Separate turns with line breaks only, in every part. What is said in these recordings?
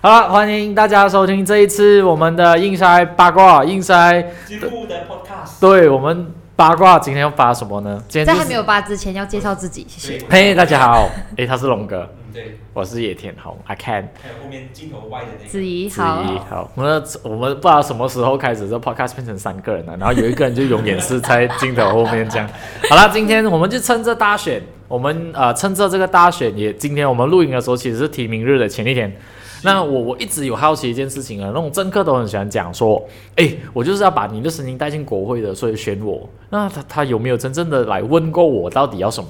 好了，欢迎大家收听这一次我们的硬塞八卦硬塞。
进步的 podcast。
对我们八卦今天要八什么呢？今
在
天、
还
就
没
是、
有拔之前要介绍自己，谢谢。
对
嘿，大家好，诶，他是龙哥，
嗯对，
我是野田宏，I can
还有后面镜头歪的那
子
个。
怡，
之
好，
一。好，我们的我们不知道什么时候开始，这 podcast 变成三个人了，啊然后有一个人就永远是在镜头后面这样。好了，今天我们就趁着大选，我们呃趁着这个大选也，今天我们录音的时候其实是提名日的前一天。那我我一直有好奇一件事情啊，那种政客都很喜欢讲说，哎，我就是要把你的声音带进国会的，所以选我。那他他有没有真正的来问过我到底要什么？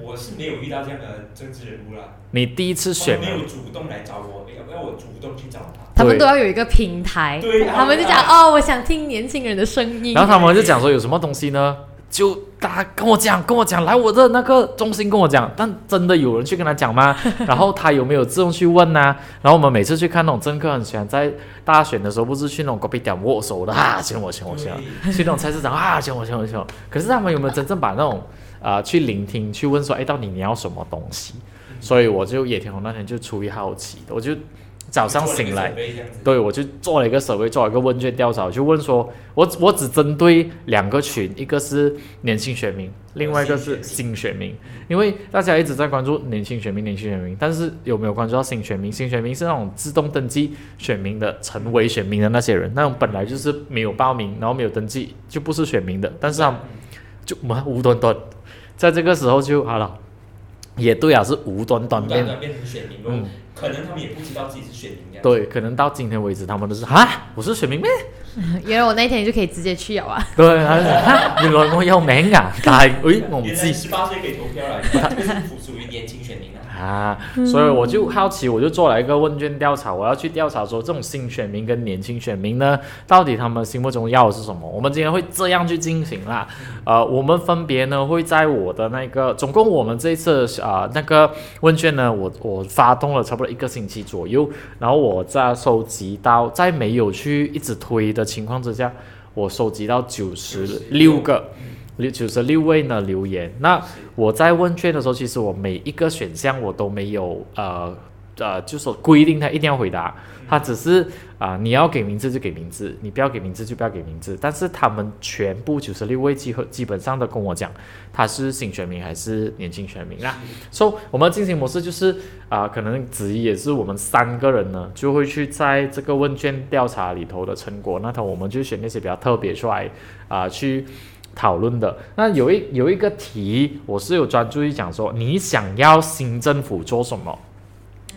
我是没有遇到这样的政治人物啦，
你第一次
他
选
们
了
没哦有主动来找我，要不要我主动去找他？
他们
对
都要有一个平台
对，啊
他们就讲哦，我想听年轻人的声音
然。后他们就讲说有什么东西呢？就大家跟我讲，跟我讲，来我的那个中心跟我讲。但真的有人去跟他讲吗？然后他有没有自动去问呢、啊然后我们每次去看那种政客，很喜欢在大选的时候，不是去那种 copy 点握手的啊，选我，选我，选我。
对
去那种菜市场啊，选我，选我，选我。可是他们有没有真正把那种啊、呃去聆听，去问说，哎，到底你要什么东西？所以我就野田红那天就出于好奇，我就早上醒来
做了一个准，备这样子，
对，我就做了一个 survey，做了一个问卷调查，我就问说，我我只针对两个群，一个是年轻选民，另外一个是新选民，因为大家一直在关注年轻选民，年轻选民，但是有没有关注到新选民？新选民是那种自动登记选民的，成为选民的那些人，那种本来就是没有报名，然后没有登记，就不是选民的，但是他们就我们无端端在这个时候就好了，也对啊，是无端端
突
变
然间变成选民
嗯
了，可能他们也不知道自己是选民这样。
对，可能到今天为止，他们都是啊，我是选民咩？
原来我那一天就可以直接去咬啊！
對，係原來我有名啊，但係，誒，我唔
原来
知
十八岁可以投 票了，这个是属于年轻选民啊。
啊，所以我就好奇，我就做了一個問卷調查，我要去調查說這種新選民跟年輕選民呢，到底他們心目中要的是什麼？我們今天會這樣去進行啦，呃，我們分別呢會在我的那個，總共我們這一次啊、呃那個問卷呢，我我發动了差不多一個星期左右，然後我再收集到，在沒有去一直推的情況之下，我收集到九十六個。六九十六位呢留言。那我在问卷的时候，其实我每一个选项我都没有呃呃，就说规定他一定要回答，他只是啊、你要给名字就给名字，你不要给名字就不要给名字。但是他们全部九十六位基本基本上都跟我讲他是新选民还是年轻选民啦。所、以我们进行模式就是啊、可能子怡也是我们三个人呢，就会去在这个问卷调查里头的成果，那他我们就选那些比较特别出来啊、去讨论的。那有一有一个题，我是有专注于讲说，你想要新政府做什么？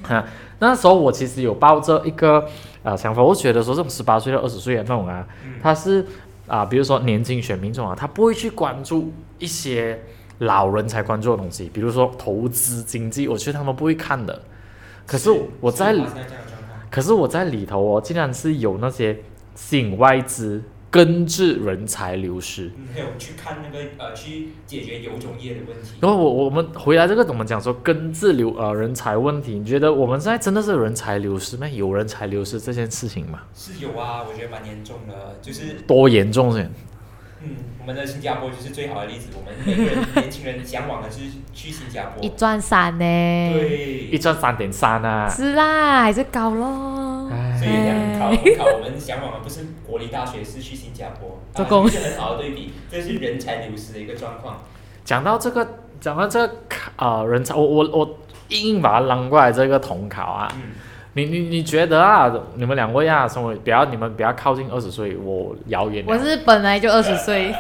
哈、那时候我其实有抱着一个呃想法，我觉得说这种十八岁到二十岁的那种啊，他是啊、比如说年轻选民这种啊，他不会去关注一些老人才关注的东西，比如说投资经济，我觉得他们不会看的。可是我在
是发生在这样的状况，
可是我在里头哦，竟然是有那些吸引外资、根治人才流失。
嗯，还有去看那个呃，去解决油种业的问题。
然后我我们回来这个，我们讲说根治流呃人才问题，你觉得我们现在真的是人才流失吗？有人才流失这件事情吗？
是有啊，我觉得蛮严重的，就是
多严重先？
嗯，我们的新加坡就是最好的例子。我们每个人年轻人向往的是去新加坡
一，转三呢，
一
对，
转三点三啊！
是啦，还是高咯。
哎
所以两考一考，我们向往的不是国立大学，是去新加坡，
做
啊
工
这是很好的对比，这是人才流失的一个状况。
讲到这个，讲到这个啊、呃人才，我我我硬硬把它拉过来这个统考啊。
嗯，
你你你觉得啊，你们两位啊，身为比较你们比较靠近二十岁，我遥远
我
了，
是本来就二十岁，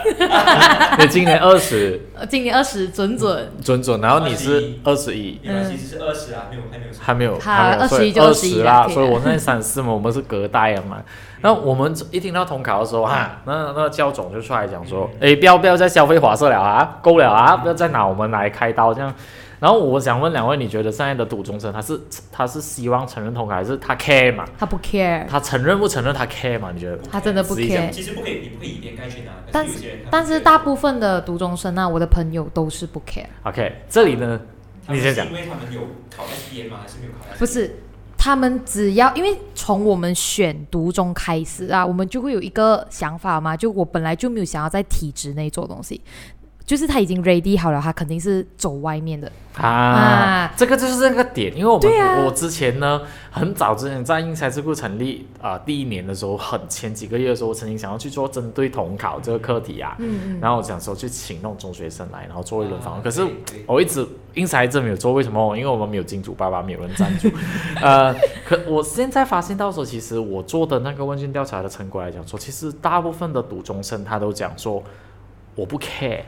你今年二十，
呃今年二十准准。
准准，然后你是二十一，
你们其实是二十啊，没有还没有
还没有，
好
还没有，所以
21就
二
21
十啦，
可以了
所以我那三四嘛，我们是隔代的嘛。那我们一听到统考的时候啊，那那教总就出来讲说，诶，不要不要再消费华社了啊，够了啊，不要再拿我们来开刀这样。然后我想问两位，你觉得现在的读中生他是他是希望承认统考，还是他 care 嘛？
他不 care，
他承认不承认他 care 嘛？你觉得？
他真的不
自己讲
care。
其实不可以，你不可以以偏概全啊。
但
是
是
有些人他们
但是
觉得
大部分的读中生啊，我的朋友都是不 care，
OK，这里呢，
他
你
们
先
是
讲
因。为他们有考 SBA 吗？还是没有考 SBA？
不是。他们只要因为从我们选读中开始啊，我们就会有一个想法嘛，就我本来就没有想要在体制内做东西，就是他已经 ready 好了，他肯定是走外面的。
啊，
啊
这个就是那个点，因为我们、
对啊
我之前呢，很早之前在英才智库成立啊、呃第一年的时候，很前几个月的时候，我曾经想要去做针对统考这个课题啊，
嗯嗯，
然后我想说去请那种中学生来，然后做一轮访问，
啊
可是
对对
我一直英才这没有做，为什么？因为我们没有金主爸爸，没有人赞助， 呃，可我现在发现到时候，其实我做的那个问卷调查的成果来讲说，其实大部分的读中生他都讲说我不 care。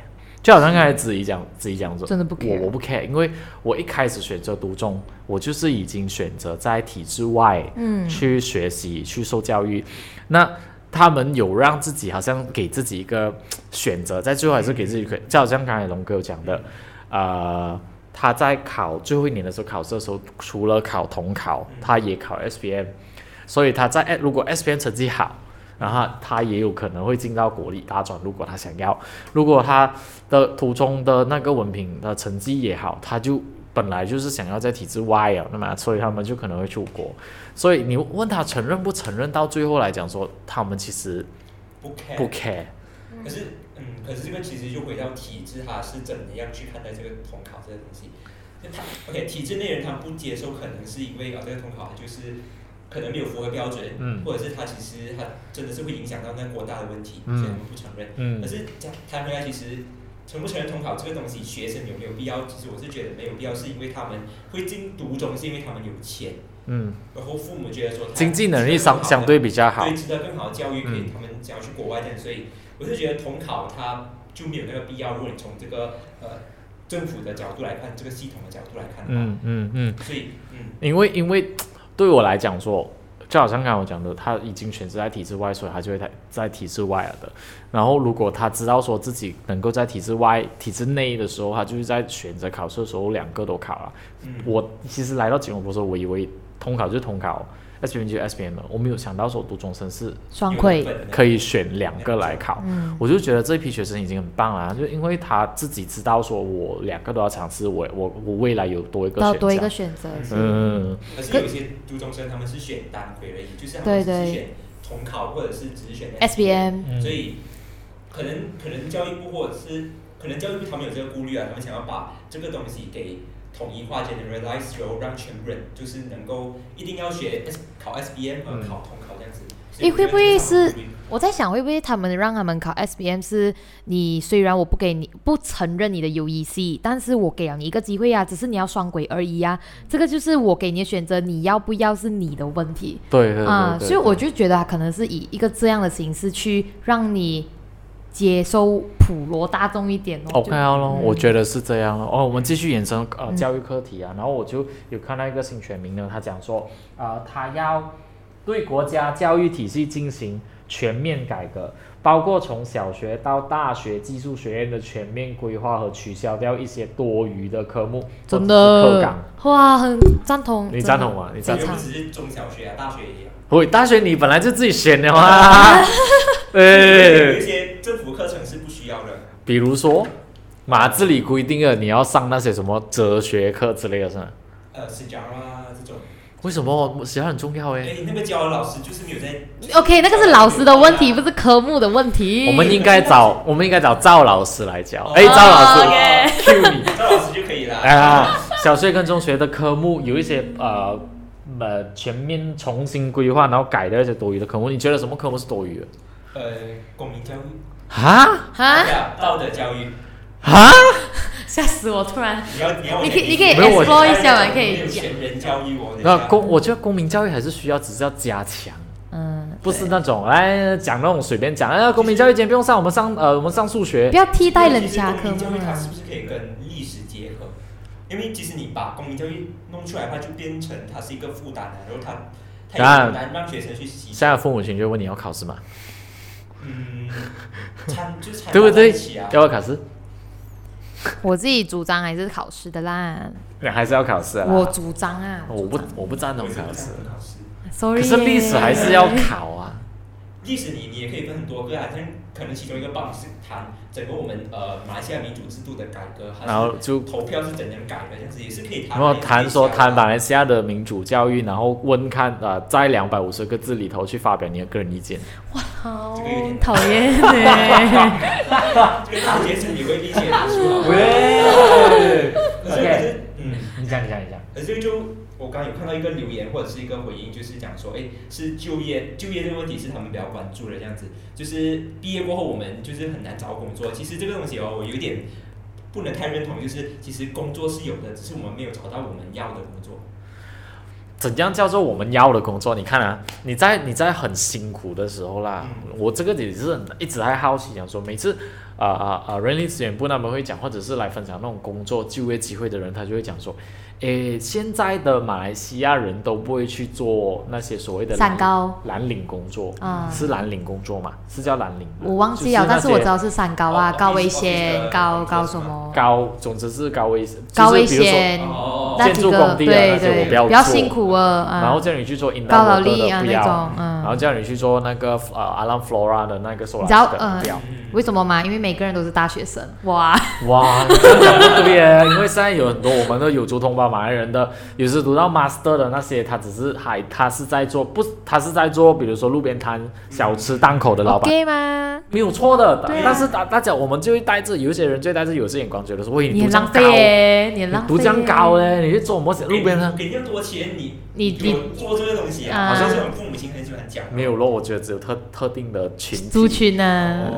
就好像刚才子怡讲，子怡讲说，
真的不 care
我我不 care，因为我一开始选择读中，我就是已经选择在体制外，
嗯
去学习、去受教育。那他们有让自己好像给自己一个选择，在最后还是给自己一个，就好像刚才龙哥有讲的，呃，他在考最后一年的时候考试的时候，除了考统考，他也考 S B M，所以他在 S- 如果 S B M 成绩好。然后他也有可能会进到国立大专，如果他想要，如果他的途中的那个文凭的成绩也好，他就本来就是想要在体制外啊，那么所以他们就可能会出国，所以你问他承认不承认，到最后来讲说，他们其实
不 care，
不 care。
可是，嗯，可是这个其实就回到体制，它是怎么样去看待这个统考这个东西？就他 OK，体制内人他不接受，可能是因为啊，这个统考它就是可能没有符合标准，
嗯
或者是他其实他真的是会影响到那国大的问题，
嗯
所以他们不承认。
嗯
可是讲谈回来，其实承不承认统考这个东西，学生有没有必要？其实我是觉得没有必要，是因为他们会进读中，是因为他们有钱，
嗯，
然后父母觉得说他
经济能力
这
相
个
相对比较好
对，。值得更好的教育，可以
嗯
他们想要去国外这样，所以我是觉得统考它就没有那个必要。如果你从这个呃政府的角度来看，这个系统的角度来看的话，
嗯嗯嗯，
所以嗯，
因为因为对我来讲说，就好像刚才我讲的，他已经选择在体制外，所以他就会在在体制外了的。然后如果他知道说自己能够在体制外、体制内的时候，他就是在选择考试的时候两个都考了。
嗯
我其实来到吉隆坡的时候，我以为统考就是统考，S B M 就是 S B M，我没有想到说读中生是
双
有
亏
一。本
可以选两个来考。
嗯，
我就觉得这批学生已经很棒了，就因为他自己知道说，我两个都要尝试，我我我未来有多一个
要
选
多一
项
个。选择。
嗯
嗯，
可是有一些初中生他们是选单科而已，就是他
对
们只
对
是选统考或者是只是选
SBM，
嗯
所以可能可能教育部或者是可能教育部他们有这个顾虑啊，他们想要把这个东西给统一化 generalize，然后让全部人就是能够一定要学 S 考 SBM 和
嗯
考统考这样子。
诶会不会是
所以我觉得这个顾虑
我在想，会不会他们让他们考 SBM 是你虽然我不给你不承认你的 UEC，但是我给了你一个机会啊，只是你要双轨而已啊。这个就是我给你的选择，你要不要是你的问题
对对对
啊。
对
所以我
对
就觉得啊可能是以一个这样的形式去让你接收普罗大众一点哦。
OK
就
啊咯，
嗯
我觉得是这样咯。哦，我们继续延伸呃教育课题啊，然后我就有看到一个新选民呢，他讲说，呃，他要对国家教育体系进行全面改革，包括从小学到大学技术学院的全面规划和取消掉一些多余的科目，或者
真
是课
的
纲。
哇，很赞同。
你
真的
赞同吗？你
所
赞
以
同
又不
非？常
只是中小学啊，大学也有。
喂，大学你本来就自己选的 嘛。
有一
对，
些政府课程是不需要的，
比如说马自里规定了你要上那些什么哲学课之类的，是吗？
呃，是讲啊这种。
为什么其他很重要欸诶？
哎，那个教的老师就是没有在
OK，那个是老师的问题，不是科目的问题。
我们应该找我们应该找赵老师来教。
哦
哎，赵老
哦
师
，OK
Q 你
教老师就可以了。
啊！小学跟中学的科目有一些呃呃全面重新规划，然后改掉一些多余的科目。你觉得什么科目是多余的？
呃，公民教育，
啊
哈，
对啊道德教育，
啊！
吓死我！突然。
你要你要我
你可以，
讲
你可以
没有我
explore 一下嘛，可以讲。
全人教育我。
那公我觉得公民教育还是需要，只是要加强。
嗯，
不是那种哎讲那种随便讲，哎，公民教育今天不用上，我们上呃我们上数学
不。要替代人家 科
公民教
目
育它是
啊
不。是可以跟历史结合？因为其实你把公民教育弄出来的话，就变成它是一个负担了，然后它它也很难让学生去吸收。
现在父母亲就问你要考试吗？
嗯，掺就掺
对不
杂在
对
一起啊？
要不要考试？
我自己主张还是考试的啦，
还是要考试啊？哦
我主张啊。
我不我不赞同
我也是
考
不
试
想，当老师。
Sorry
可是
耶。
历史还是要考 啊。
历史你你也可以分很多个啊，像可能其中一个榜是谈整个我们呃马来西亚民主制度的改革，还
然后
是
就
投票是怎样改的，这样子也是可以
然
谈的。
后
也是可以
谈说
讲的
谈马来西亚的民主教育，然后问看啊、呃在两百五十个字里头去发表你的个人意见。
好
这个有点
讨厌 欸呢。
这个大学生也会理解得出来。
喂
可是可
，OK，
是嗯。
你讲，你讲，你讲。
可是就我刚刚有看到一个留言或者是一个回应，就是讲说，哎，是就业就业这个问题是他们比较关注的这样子。就是毕业过后，我们就是很难找工作。其实这个东西哦，我有点不能太认同，就是其实工作是有的，只是我们没有找到我们要的工作。
怎样叫做我们要的工作？你看啊，你在你在很辛苦的时候啦，我这个也是很一直在好奇，想说每次啊啊啊人力资源部他们会讲，或者是来分享那种工作就业机会的人，他就会讲说，诶，现在的马来西亚人都不会去做那些所谓的
三
蓝
高
蓝领工作，
啊，
是蓝领工作嘛？是叫蓝领吗？
我忘记了，
就
但是我
那
知
些
道是三高啊，
哦
高
office-
危
office
险
的、
高
工作
高
是
什
吗
么，
高，总之是高危，
高危
哦就是比如说
险
哦
那
建
几
筑
个
工地啊那
对
些我
对，
不要
比较
做
辛苦了
然后
啊，
叫你去做 indoor
高劳
worker
力
的
啊
不
那
要，
种，
然后
嗯，
叫你去做那个呃 Alan Flora 的那个 solar
你知道
system
呃
不要。
为什么嘛？因为每个人都是大学生，哇，
哇，你真的不对耶， 因为现在有很多我们的有族同胞马来人的，有时读到 master 的那些，他只是还他是在做不，他是在做比如说路边摊小吃档口的老板。
哦 OK 吗？
没有错的，
对啊
但是大大家我们就会带着，有一些人就会带着有色眼光，觉得说，喂，
你
读
很
这
浪
样高，
费耶，你很
你
浪费，啊
读这样高，嘞，你去做什么路边摊？
给你给你那么多钱，你
你你
有做这个东西啊？
啊
好像是我们父母亲很喜欢讲的。
没有咯，我觉得只有特特定的群体
族群呢？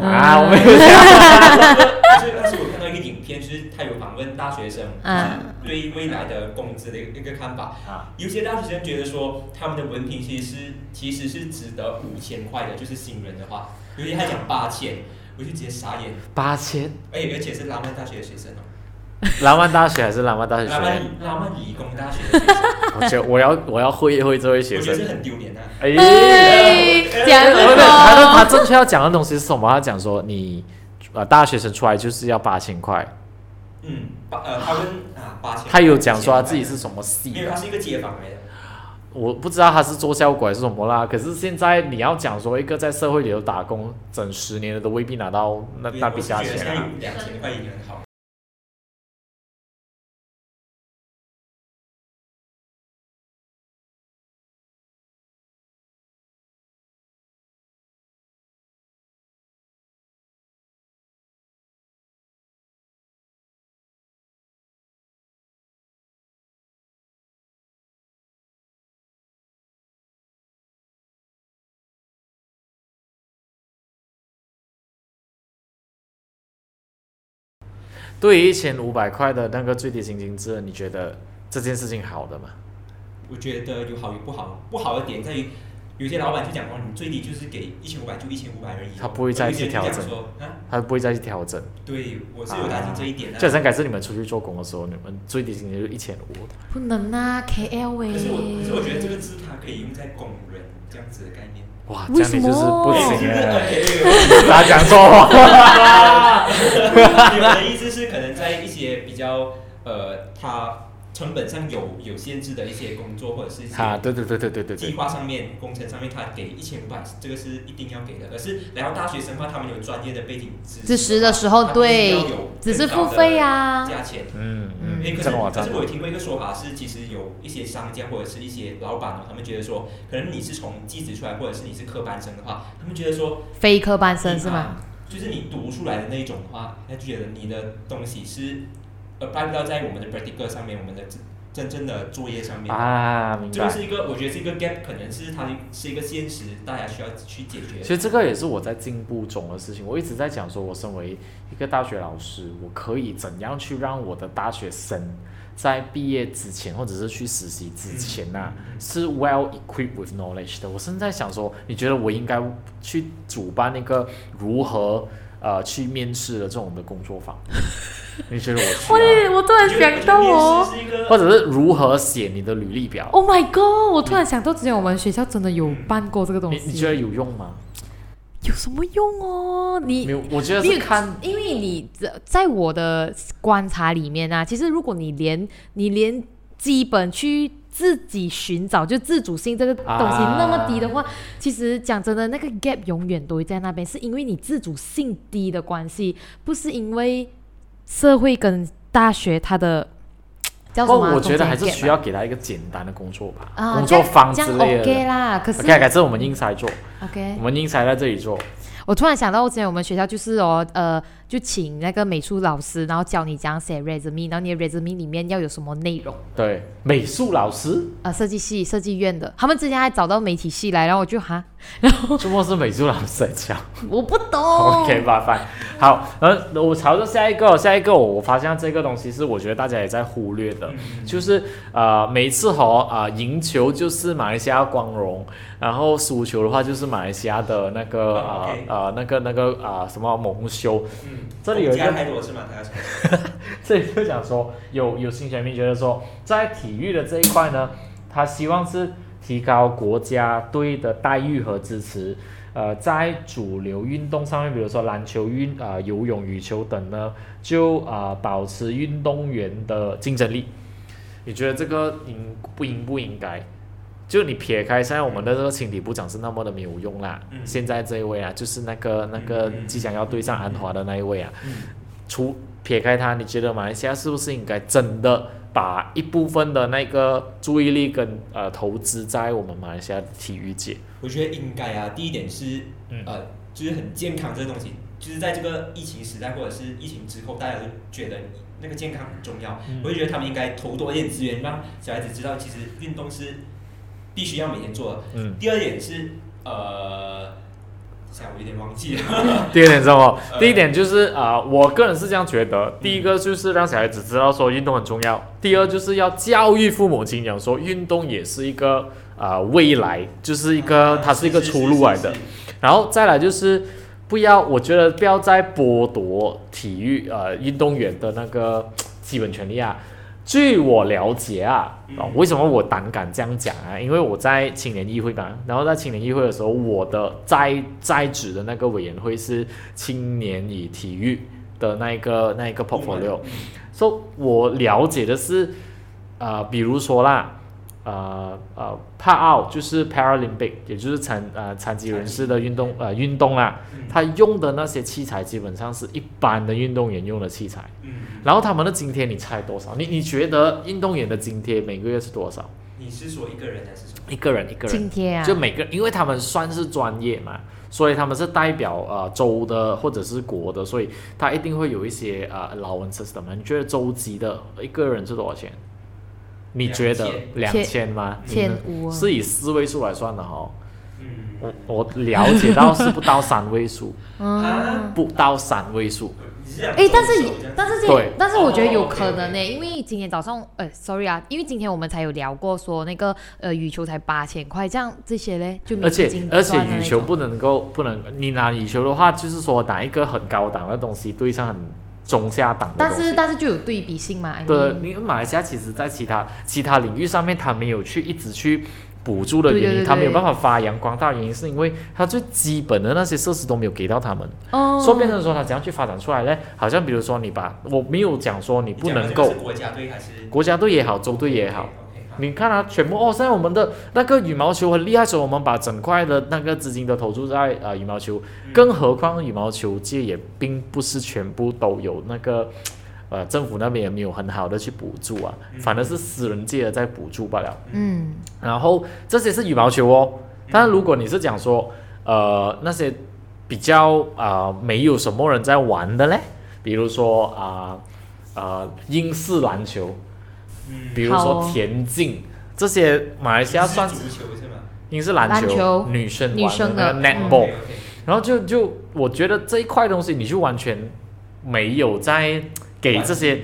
啊，我
嗯
没有讲。
就是当时我看到一个影片，就是他有访问大学生，
嗯
对未来的工资的一个一个看法。
啊
有些大学生觉得说，他们的文凭其实是其实是值得五千块的，就是新人的话，有些还讲八千，我就直接傻眼。
八千，
哎，而且是拉曼大学的学生哦，
蓝湾大学还是蓝啊湾大学学
拉曼
院？
拉曼理工大学的学生，
我觉得我要我要会一会这位学
我觉得
生。
是很丢脸啊。
哎，
哎，讲
不是
不
他的他
错，
正确要讲的东西是什么？他讲说你啊，大学生出来就是要八千块。
嗯，八呃，他问啊八千，
他有讲说他自己是什么系
没有，
的
他，是一个街坊来的，
我不知道他是做效果还是什么啦。可是现在你要讲说一个在社会里头打工整十年的都未必拿到那那笔价
我是觉得
钱
现在
啊。
有两千块已经很好了。
对于一千五百块的那个最低薪金制，你觉得这件事情好的吗？
我觉得有好有不好，不好的点在于，有些老板就讲哦，你最低就是给一千五百，就一千五百而已。
他不会再去调整
有些人就讲说啊，
他不会再去调整。
对，我是有担心这一点的、啊
就好像改次你们出去做工的时候，你们最低薪金就一千五。
不能啊，KL 哎，
可是我，可是我觉得这个字它可以用在工人这样子的概念。
哇，
为
这样你就是
什么
不
哎
行哎、
哎
大家讲错话。
哎哎我的意思是，可能在一些比较呃，它成本上有有限制的一些工作或者是一些
啊，对对对对对对
计
对，
划上面、工程上面，他给一千五百，这个是一定要给的。可是来到大学生的话，他们有专业的背景知
知识的时
话
候，
他必须
对
要有，
只是
更高
付
的
费啊，
价钱。
嗯
嗯
诶
嗯，
可
这
是
个我
可
赞
是
同
我有听过一个说法是，其实有一些商家或者是一些老板呢，他们觉得说，可能你是从技职出来，或者是你是科班生的话，他们觉得说，
非科班生
你
是吗？
就是你读出来的那一种的话，他就觉得你的东西是 apply 不到在我们的 practical 上面，我们的真真正的作业上面。
啊，明
这个
白。
是一个，我觉得是一个 gap，可能是它是一个现实，大家需要去解决
其。实这个也是我在进步中的事情。我一直在讲说，我身为一个大学老师，我可以怎样去让我的大学生在毕业之前，或者是去实习之前呐、是 well equipped with knowledge 的。我现在想说，你觉得我应该去主办那个如何呃去面试的这种的工作坊？ 啊你觉得我需
我
要？
我突然哦想到
我
哦
觉得面试是一个
或者是如何写你的履历表？
，Oh my god！我突然想到，之前我们学校真的有办过这个东
你你觉
西，
得有用吗？
有什么用哦？你
没有，我觉得
没
是
有
看
因为你在在我的观察里面啊，其实如果你连你连基本去自己寻找就自主性这个东西
啊
那么低的话，其实讲真的，那个 gap 永远都会在那边，是因为你自主性低的关系，不是因为社会跟大学它的叫什
过
么啊、
哦我觉得还是
content gap
需要给他一个简单的工作吧，
啊
工作方之类
这样
的。
这样 OK 啦。可是
OK，改次我们英才做，
OK
我们英才在这里做。
我突然想到，之前我们学校就是哦，呃，就请那个美术老师，然后教你讲写 resume，然后你的 resume 里面要有什么内容。
对，美术老师，
呃，设计系、设计院的，他们之前还找到媒体系来，然后我就哈，
周末是美术老师在教。
我不 懂。
OK 吧，反好，呃，我朝着下一个，下一个我我发现这个东西是我觉得大家也在忽略
嗯
的，就是呃，每次和啊、呃赢球就是马来西亚光荣，然后输球的话就是马来西亚的那个
啊
呃
，OK
呃那个那个啊、呃、什么蒙羞，
嗯，
这里有一个
加太多是吗？他要
这里就讲说有有新选民觉得说在体育的这一块呢，他希望是提高国家队的待遇和支持。呃，在主流运动上面，比如说篮球、运啊、呃游泳、羽球等呢，就啊、呃保持运动员的竞争力。你觉得这个应不应不应该？就你撇开现在我们的这个青体部长是那么的没有用啦，
嗯
现在这一位啊，就是那个那个
嗯嗯嗯
即将要对上安华的那一位啊，
嗯
除撇开它，你觉得马来西亚是不是应该真的把一部分的那个注意力跟呃投资在我们马来西亚的体育界？
我觉得应该啊，第一点是
嗯
呃，就是很健康这个东西，就是在这个疫情时代或者是疫情之后，大家都觉得那个健康很重要。
嗯
我就觉得他们应该投多一点资源，让小孩子知道其实运动是必须要每天做的。
嗯，
第二点是呃，想我有点忘记了。
第二点是什么？
呃
第一点就是啊、呃我个人是这样觉得，第一个就是让小孩子知道说运动很重要，第二就是要教育父母亲讲说运动也是一个啊、呃未来，就是一个它啊是一个出路来 的。然后再来就是不要，我觉得不要再剥夺体育呃运动员的那个呃基本权利啊。据我了解啊，哦
嗯
为什么我胆敢这样讲啊？因为我在青年议会嘛，然后在青年议会的时候，我的在在职的那个委员会是青年与体育的那一个那一个 portfolio，所以我了解的是，呃，比如说啦，呃呃，帕奥就是 Paralympic，也就是残呃残疾人士的运动呃运动啦，
嗯
他用的那些器材基本上是一般的运动员用的器材。
嗯，
然后他们的津贴你猜多少？你你觉得运动员的津贴每个月是多少？
你是说一个人还是什么？
一个人一个人
今天啊，
就每个，因为他们算是专业嘛，所以他们是代表呃州的或者是国的，所以他一定会有一些呃 allowances 的嘛。你觉得州级的一个人是多少钱？你觉得两
两
千吗？
千
你呢
五啊
嗯是以四位数来算的哦。
嗯，
我我了解到是不到三位 数，
嗯
啊。
不到三位数。
你是讲
诶，但
中
是
手这样
但
对
是这，但是我觉得有可能呢、
哦
因为今天早上，呃，sorry 啊，因为今天我们才有聊过说那个呃羽球才八千块，这样这些嘞就
而
明
且
金
而且
嗯算的
羽
那
球
种
不能够不能，你拿羽球的话，就是说拿一个很高档的东西对上很中下档的
但
东西
是但是就有对比性嘛，I mean，
对，因为马来西亚其实在其他其他领域上面，它没有去一直去补助的原因，
对对对
它没有办法发扬光大，原因是因为它最基本的那些设施都没有给到他们，
哦，
所以变成说它怎样去发展出来呢？好像比如说你把我没有讲说你
你
不
讲的
能
这个
够
是国家队还是
国家队也好，州队也好。
？OK，好
你看啊，全部哦，现在我们的那个羽毛球很厉害，所以我们把整块的那个资金都投注在呃羽毛球，更何况羽毛球界也并不是全部都有那个。呃，政府那边也没有很好的去补助啊，
嗯
反而是私人界的在补助罢了。
嗯，
然后这些是羽毛球哦，但是如果你是讲说，呃，那些比较啊、呃没有什么人在玩的嘞，比如说啊呃英式篮球，
嗯，
比如
好
说
哦
田径、这些，马来西亚算
是
是
足球是吗？
应是篮
篮球
女生
女生
的
的
那个 netball，、
OK，OK
然后就就我觉得这一块东西，你就完全没有在给这些。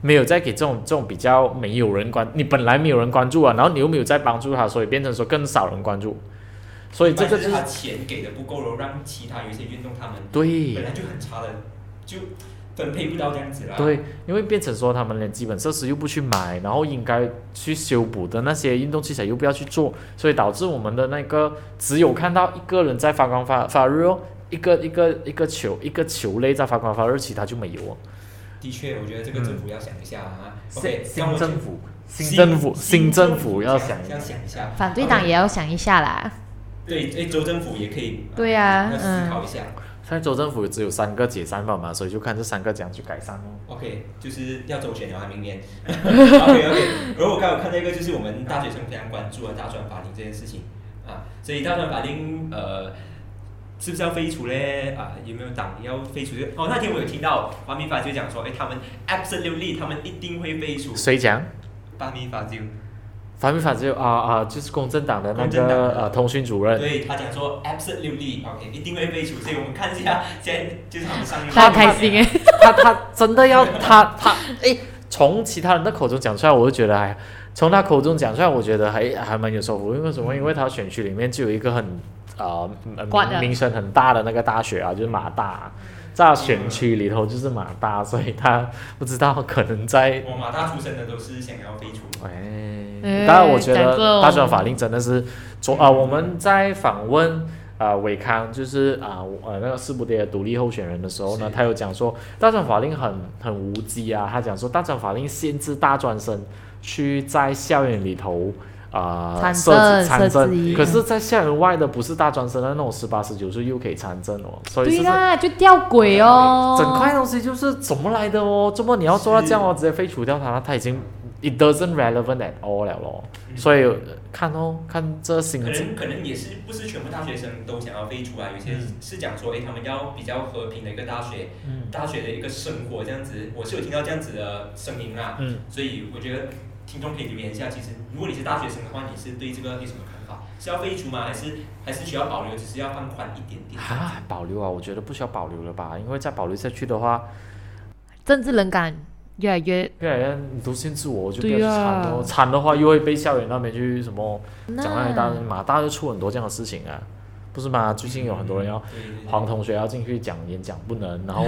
没有在给这种这种比较没有人关，你本来没有人关注啊，然后你又没有在帮助他，所以变成说更少人关注，所以这个
一般
就是
是他钱给的不够，然后让其他有一些运动他们
对
本来就很差的，就分配不到这样子啦。
对，因为变成说他们连基本设施又不去买，然后应该去修补的那些运动器材又不要去做，所以导致我们的那个只有看到一个人在发光发发热哦，一个一个一个球一个球类在发光发热，其他就没有哦。
的确，我觉得这个政府要想一下啊。
新
OK，
新
让我
政府，新政府，新政府要想一
要
下。
想一下，
反对党
OK，
也要想一下啦。
对，哎，州政府也可以，
对啊
要思考一下。
现在州政府只有三个解散法嘛，所以就看这三个怎样去改善咯。
OK，就是要周选了，明年。OK OK，而我刚有看到一个，就是我们大学生非常关注的大专法令这件事情啊，所以大专法令呃，是不是要废除嘞？啊，有没有党要废除？哦，那天我有听到法民法就讲说，哎，他们 absolutely，他们一定会废除
谁讲？
法民法就，
反民法只有啊啊，就是公正党的那
公正党
个
的
呃通讯主任，
对他讲说 absolutely，OK，、一定会废除，所以我们看一下现在就是他们上映，
他开心哎，
他他真的要他他诶，从其他人的口中讲出来，我就觉得还从他口中讲出来，我觉得还还蛮有收获。因为什么？因为他选区里面就有一个很啊、呃
官
名
的
名声很大的那个大学啊，就是马大，在他选区里头就是马大，所以他不知道可能在
我马大出身的都是想要废除。
哎，
哎
当然我觉
讲这
得
种
大专法令真的是昨啊、我们在访问啊伟、康，就是啊呃那个斯伯迭的独立候选人的时候呢，
是
他有讲说大专法令很很无稽啊，他讲说大专法令限制大专生去在校园里头。啊、
参
设置
政
参
设置
政，
一样
可是，在校园外的不是大专生的那种十八、十九岁又可以参政哦，所以
对
是
啊啦，就吊轨哦，
整块东西就是怎么来的哦？怎么你要做到这样哦？直接废除掉它，它已经 it doesn't relevant at all 了咯。
嗯
所以看哦，看这心
可
情
能可能也是不是全部大学生都想要飞出来，有些
嗯
是讲说，哎、他们要比较和平的一个大学，
嗯
大学的一个生活这样子，我是有听到这样子的声音啦，
嗯，
所以我觉得听众可以留言一下，其实如果你是大学生的话，你是对这个有什么看法？是要废除吗？还是还是需要保留，只是要放宽一点点？
啊，保留啊，我觉得不需要保留了吧，因为再保留下去的话，
政治冷感越来越
越来越你都限制我，我就不要去
对啊
参哦。参、的话又会被校园那边去什么
那
讲那一大马大就出很多这样的事情啊，不是吗？ 最近有很多人要
对对对
黄 同学要进去讲演讲不能，然后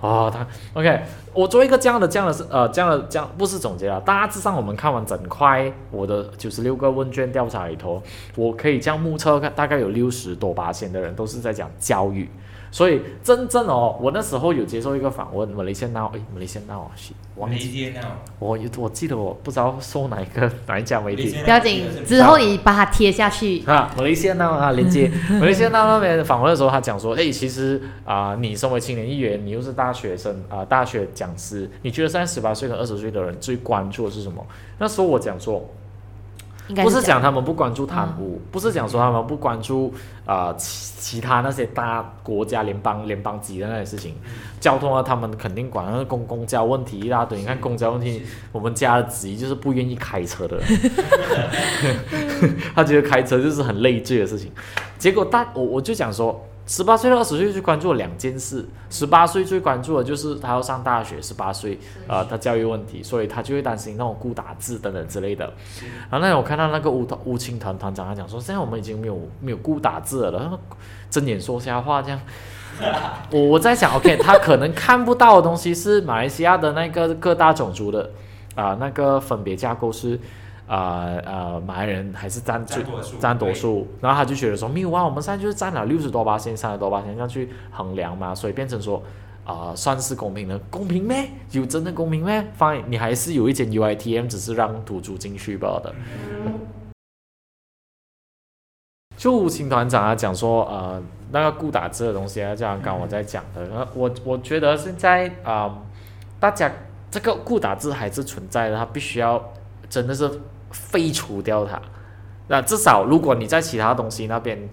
啊、他 OK，我做一个这样的这样的是呃这样的这样不是总结了，大致上我们看完整块我的九十六个问卷调查里头，我可以这样目测看大概有六十多八千的人都是在讲教育。所以真正哦，我那时候有接受一个访问，马来西亚 now，哎，马来西亚 now，shit，忘
没
记
接到，
我我记得我不知道搜哪一个哪一家媒
啊
体，
不要紧，之后你把它贴下去，
啊，马来西亚那啊连 接，马来西亚那那边访问的时候，他讲说，哎，其实啊、你身为青年议员，你又是大学生啊、大学讲师，你觉得现在十八岁和二十岁的人最关注的是什么？那时候我讲说，
应该
不是
这样。
讲
嗯
他们不关注贪污，不是讲说他们不关注啊、其其他那些大国家联邦联邦级的那些事情，交通啊，他们肯定管，那公公交问题一大堆，你看公交问题。我们家的子怡就是不愿意开车的人， 他觉得开车就是很累赘的事情。结果大我我就讲说，十八岁到二十岁最关注的两件事，十八岁最关注的就是他要上大学，十八岁呃他教育问题，所以他就会担心那种顾打字等等之类的。然后那天我看到那个乌团乌青团团长他讲说，现在我们已经没有没有顾打字了，然后睁眼说瞎话这样。我我在想，OK，他可能看不到的东西是马来西亚的那个各大种族的啊、那个分别架构是啊呃马来人还是占最
占多数
占多数，然后他就觉得说没有啊，我们现在就是占了六十多八千、三十多八千这样去衡量嘛，所以变成说。啊、算是公平的，公平咩？有真的公平咩？Fine，你还是有一间 UITM，只是让土著进去罢的。就吴青团长啊讲说，呃，那个顾打字的东西啊，就像刚我在讲的，呃我我觉得现在啊、呃大家这个顾打字还是存在的，它必须要真的是废除掉它。那至少如果你在其他东西那边，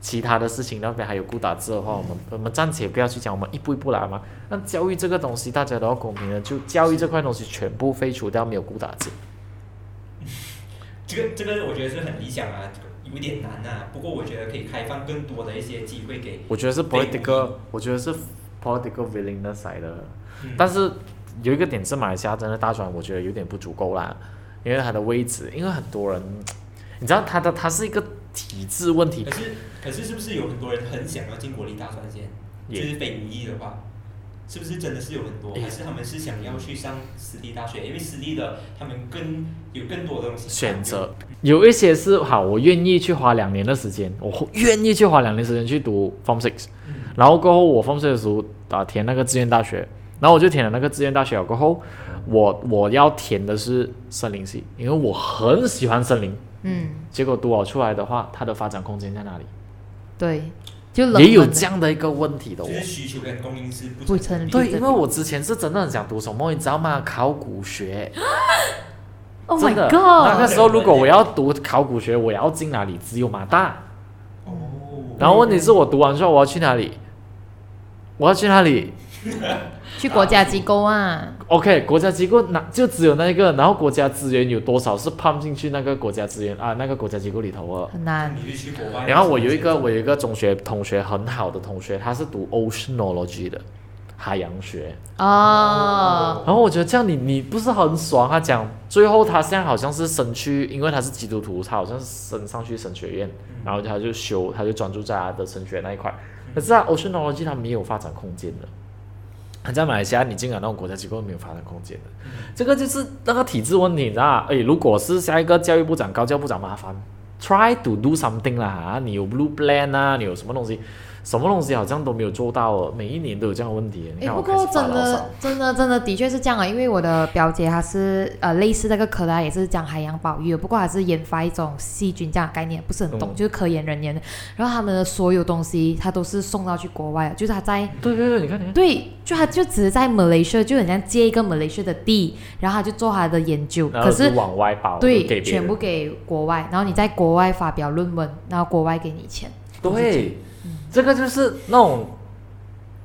其他的事情那边还有顾打字的话，我们我们暂且不要去讲，我们一步一步来嘛。那教育这个东西，大家都要公平的，就教育这块东西全部废除掉，没有顾打字。
这个这个我觉得是很理想啊，有点难啊，不过我觉得可以开放更多的一些机会给，
我觉得是
对
political，我觉得是 political willingness 来的。
嗯
但是有一个点是马来西亚真的大专，我觉得有点不足够啦，因为它的位置，因为很多人，你知道它的它是一个体制问题
可，是，可是是不是有很多人很想要进国立大专先？
也
就是非无意的话，是不是真的是有很多？
也
还是他们是想要去上私立大学？因为私立的他们更有更多的东西
选择。有一些是好，我愿意去花两年的时间，我愿意去花两年时间去读 Form Six，
嗯
然后过后我 Form Six 的时候啊填那个志愿大学，然后我就填了那个志愿大学了。过后我我要填的是森林系，因为我很喜欢森林。
嗯，
结果读好出来的话，它的发展空间在哪里？
对，就冷
也有
门的
这样的一个问题的哦
就。是需求跟供应是不
不
成
成
比
对，
对
因为我之前是真的很想读什么，你知道吗？考古学，
Oh
真
my
的。 那个
god！
时候如果我要读考古学，我要进哪里？只有马大。
哦，
然后问题是我读完之后我要去哪里？我要去哪里
去国家机构啊，
？OK，国家机构哪就只有那一个，然后国家资源有多少是放进去那个国家资源啊那个国家机构里头哦。
很难。
你就去国外。
然后我有一个我有一个中学同学很好的同学，他是读 oceanology 的海洋学，
哦，
然后我觉得这样你你不是很爽？他讲最后他现在好像是升去，因为他是基督徒，他好像是升上去神学院，
嗯，
然后他就修他就专注在他的神学那一块。
嗯
可是啊，oceanology 它没有发展空间的。你在马来西亚，你进了那种国家机构没有发展空间的，
嗯
这个就是那个体制问题，你知道吧？哎，如果是下一个教育部长、高教部长，麻烦 try to do something 啦啊！你有 blue plan 啊，你有什么东西，什么东西好像都没有做到哦，每一年都有这样的问题。你看
诶，哎不
我开始
过
发
真
牢
的
骚，
真的，真的，的确是这样啊。因为我的表姐她是呃类似那个科大，也是讲海洋保育的，不过她是研发一种细菌这样的概念，不是很懂，
嗯
就是科研人员的。然后他们的所有东西，她都是送到去国外的，就是她在
对对对，你看你看，
对，就他就只是在 Malaysia，就很像借一个 Malaysia 的地，然后他就做他的研究，
然后
可
就是往外包，就给
对，
别
全
人
部给国外，然后你在国外发表论文，然后国外给你钱。
对，这个就是那种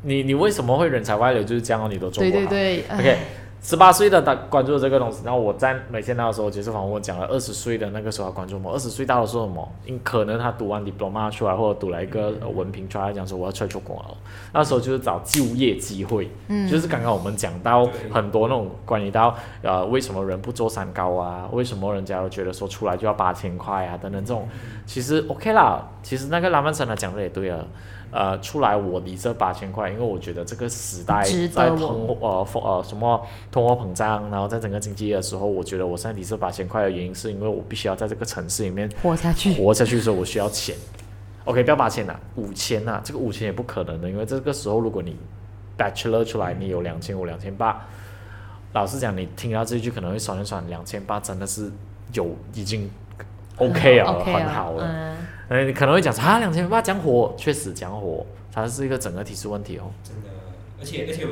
你你为什么会人才外流，就是这样哦，你都做
对
不
对
好。
对嗯唉
OK，十八岁的他关注这个东西，然后我在美线大的时候接受访问，我讲了二十岁的那个时候他关注什么，二十岁大的时候什么，因可能他读完 diploma 出来或者读了一个
嗯
呃文凭出来，他讲说我要出来做工了，那时候就是找就业机会，
嗯，
就是刚刚我们讲到
对
很多那种关于到呃为什么人不做三高啊，为什么人家都觉得说出来就要八千块啊等等这种，其实 OK 啦，其实那个拉曼森他讲的也对啊。呃，出来我离这八千块，因为我觉得这个时代
值得
在
我
通货呃风呃什么通货膨胀，然后在整个经济的时候，我觉得我现在离这八千块的原因是因为我必须要在这个城市里面
活下去。
活下去的时候，我需要钱。OK，不要八千啦，五千啦，这个五千也不可能的，因为这个时候如果你 bachelor 出来，你有两千五、两千八，老实讲，你听到这句可能会爽一爽，两千八真的是有已经 OK 啊，
嗯 OK
很好了。
嗯，
嗯，你可能会讲说啊，两千八讲火，确实讲火，它是一个整个体制问题哦。
真的，而且而且我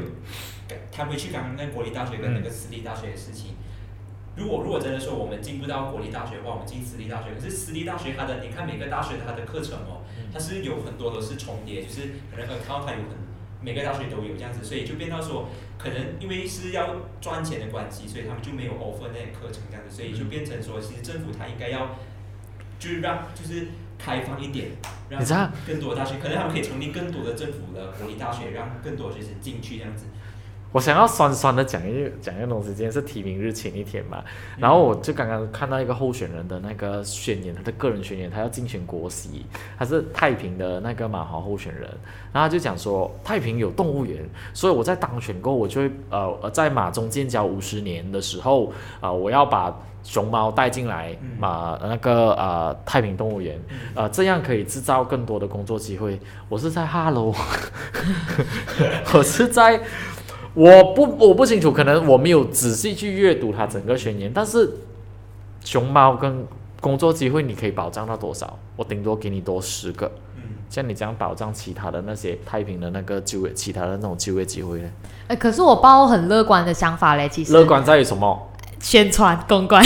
感，他回去刚刚那国立大学跟那个私立大学的事情，如果如果真的说我们进不到国立大学的话，我们进私立大学，可是私立大学它的你看每个大学它的课程哦，它是有很多都是重叠，就是可能 account 它有很每个大学都有这样子，所以就变到说，可能因为是要赚钱的关系，所以他们就没有 offer 那些课程这样子，所以就变成说，其实政府它应该要就是让就是开放一点，让
你知道，
更多的大学，可能他们可以成立更多的政府的国立大学，让更多的学生进去这样子。
我想要酸酸的讲一句讲一个东西，今天是提名日前一天嘛，然后我就刚刚看到一个候选人的那个宣言，他的个人宣言，他要竞选国席，他是太平的那个马华候选人，然后他就讲说太平有动物园，所以我在当选过后，我就会呃呃在马中建交五十年的时候啊、呃我要把熊猫带进来
嗯
马、那个呃太平动物园，呃这样可以制造更多的工作机会。我是在哈喽，我是在。我不我不清楚，可能我没有仔细去阅读它整个宣言，但是熊猫跟工作机会你可以保障到多少？我顶多给你多十个，
嗯，
像你这样保障其他的那些太平的那个就业，其他的那种就业机会呢？
哎，可是我抱很乐观的想法嘞，其实
乐观在于什么？
宣传 公关，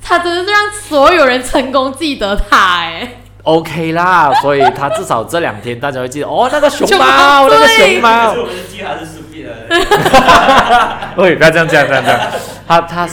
他真的是让所有人成功记得他哎。
OK 啦，所以他至少这两天大家会记得哦，那个熊
熊
猫，
猫
那个
对
熊
可
猫
是，我们是记他是苏必的，
喂，不要这样，这样，这样，这样，他他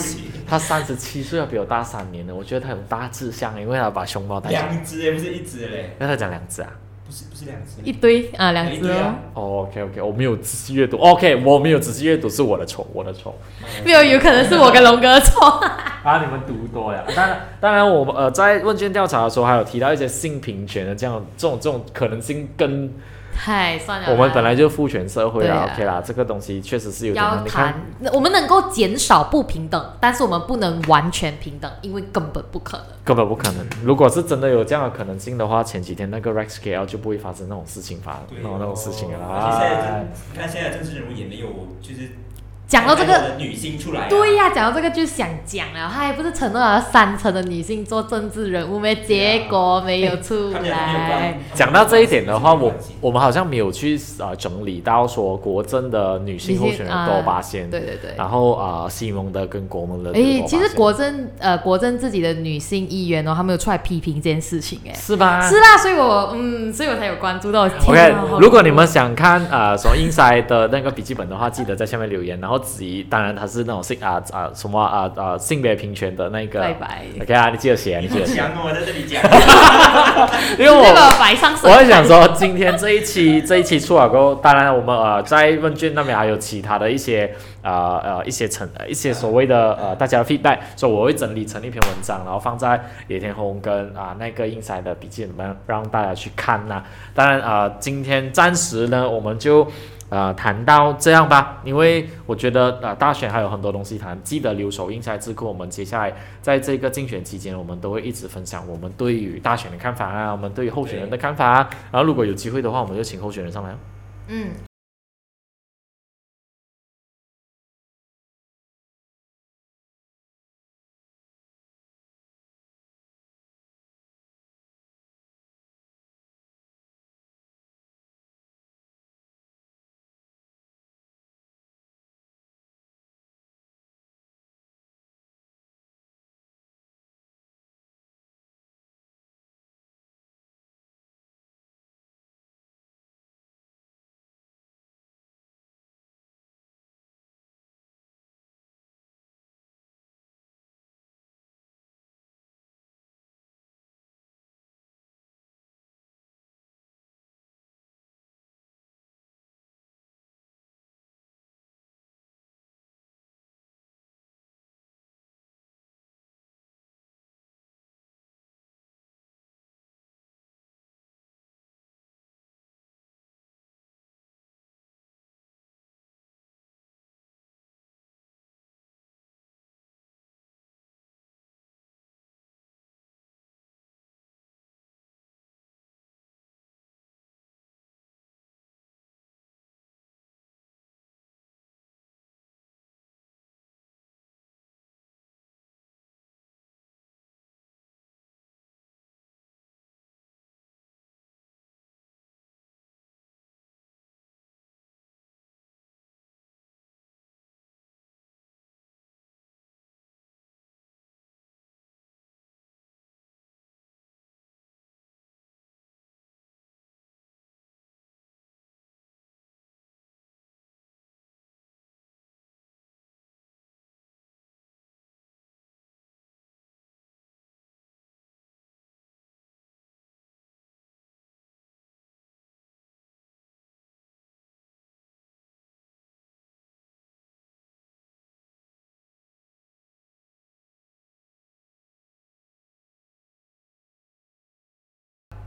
他三十七岁，要啊比我大三年的，我觉得他有大志向，因为他把熊猫带进来。
两只也不是一只嘞，
那他讲两只啊？
不是不是两只，
一堆啊，两
一
只
堆
哦
啊，
哦，OK OK，我没有仔细阅读，OK，我没有仔细阅读是我的错，我的错。
啊
没有，有可能是我跟龙哥错。
啊，你们读多了。当然，当然，我们呃在问卷调查的时候，还有提到一些性平权的这样这种这种可能性，跟
嗨，算了啦。
我们本来就父权社会啦、
对啊
OK 啦，这个东西确实是有点
要
难。你看
谈，那我们能够减少不平等，但是我们不能完全平等，因为根本不可能。
根本不可能。如果是真的有这样的可能性的话，前几天那个 Rex KL 就不会发生那种事情发
对
那种那种事情了啊哎
哦
而且现在
啦
政。，你看现在政治人物也没有就是
讲到这
带我
哎
个，
的女性出来、啊，
对呀、讲到这个就想讲了，他还不是承诺了三成的女性做政治人物没？
对啊
结果没有
他
出
们两个没有
来
关。。哦
讲到这一点的话，
他们
我我
两个没有关系
们好像没有去呃整理到说国政的女性候选人多八仙，
对对对。
然后啊、呃西蒙的跟国盟的多
诶，
巴
其实
仙
国政呃国政自己的女性议员哦，他们有出来批评这件事情哎。
是吧？
是啦，所以我嗯，所以我才有关注到。
啊
天
OK，
啊好
如果你们想看呃什么 Inside 的那个笔记本的话，记得在下面留言。然后子怡，当然她是那种性啊啊什么啊啊性别平权的那
拜
个。
拜，
OK 啊，你记得写啊，你
你
记得
不
写，
讲我在这里讲，
因为
这
我
个摆上
我
神
在想说，今天这一期这一期出了过后，当然我们呃在问卷那边还有其他的一些呃呃一些成呃一些所谓的呃大家的 feedback，所以我会整理成一篇文章，然后放在野田红跟啊、那个 Inside 的笔记里面让大家去看呐、当然啊、呃今天暂时呢我们就。呃，谈到这样吧，因为我觉得呃，大选还有很多东西谈，记得留守印下智库。我们接下来在这个竞选期间，我们都会一直分享我们对于大选的看法啊，我们对于候选人的看法啊。然后如果有机会的话，我们就请候选人上来哦。
嗯，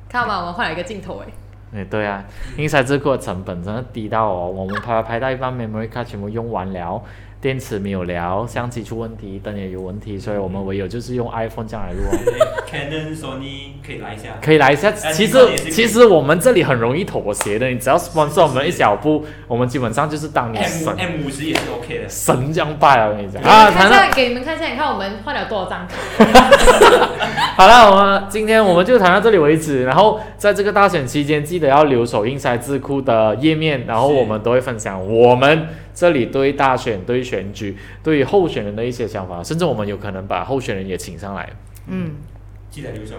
看吧，我们换了一个镜头哎。
哎，对啊，英才智库的成本真的低到哦，我们拍拍拍到一半，memory card 全部用完了，电池没有了，相机出问题，灯也有问题，所以我们唯有就是用 iPhone 这样来录哦。
Canon、Sony 可以来一下。
可以来一下。
哎
其
你
实
说也是可以
其实我们这里很容易妥协的，你只要 sponsor 我们一小步，我们基本上就是当你
M
神
M 五十也是 OK 的。
神这样拜了。我跟你
哎
讲
啊，
啊，谈
看一
到
下，给你们看一下，你看我们换了多少张卡？
好了，我们今天我们就谈到这里为止。然后在这个大选期间，记得要留守英才智库的页面，然后
是
我们都会分享我们这里对大选、对选举、对候选人的一些想法，甚至我们有可能把候选人也请上来。
嗯，
记得留守。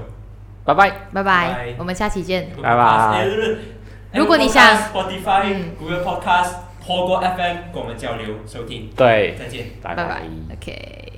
拜拜。
拜
拜拜，我们下期见。
拜拜
如果你想
Spotify
嗯、
Google Podcast、透过 FM 跟我们交流收听，
对，
再见。
拜
拜拜，OK。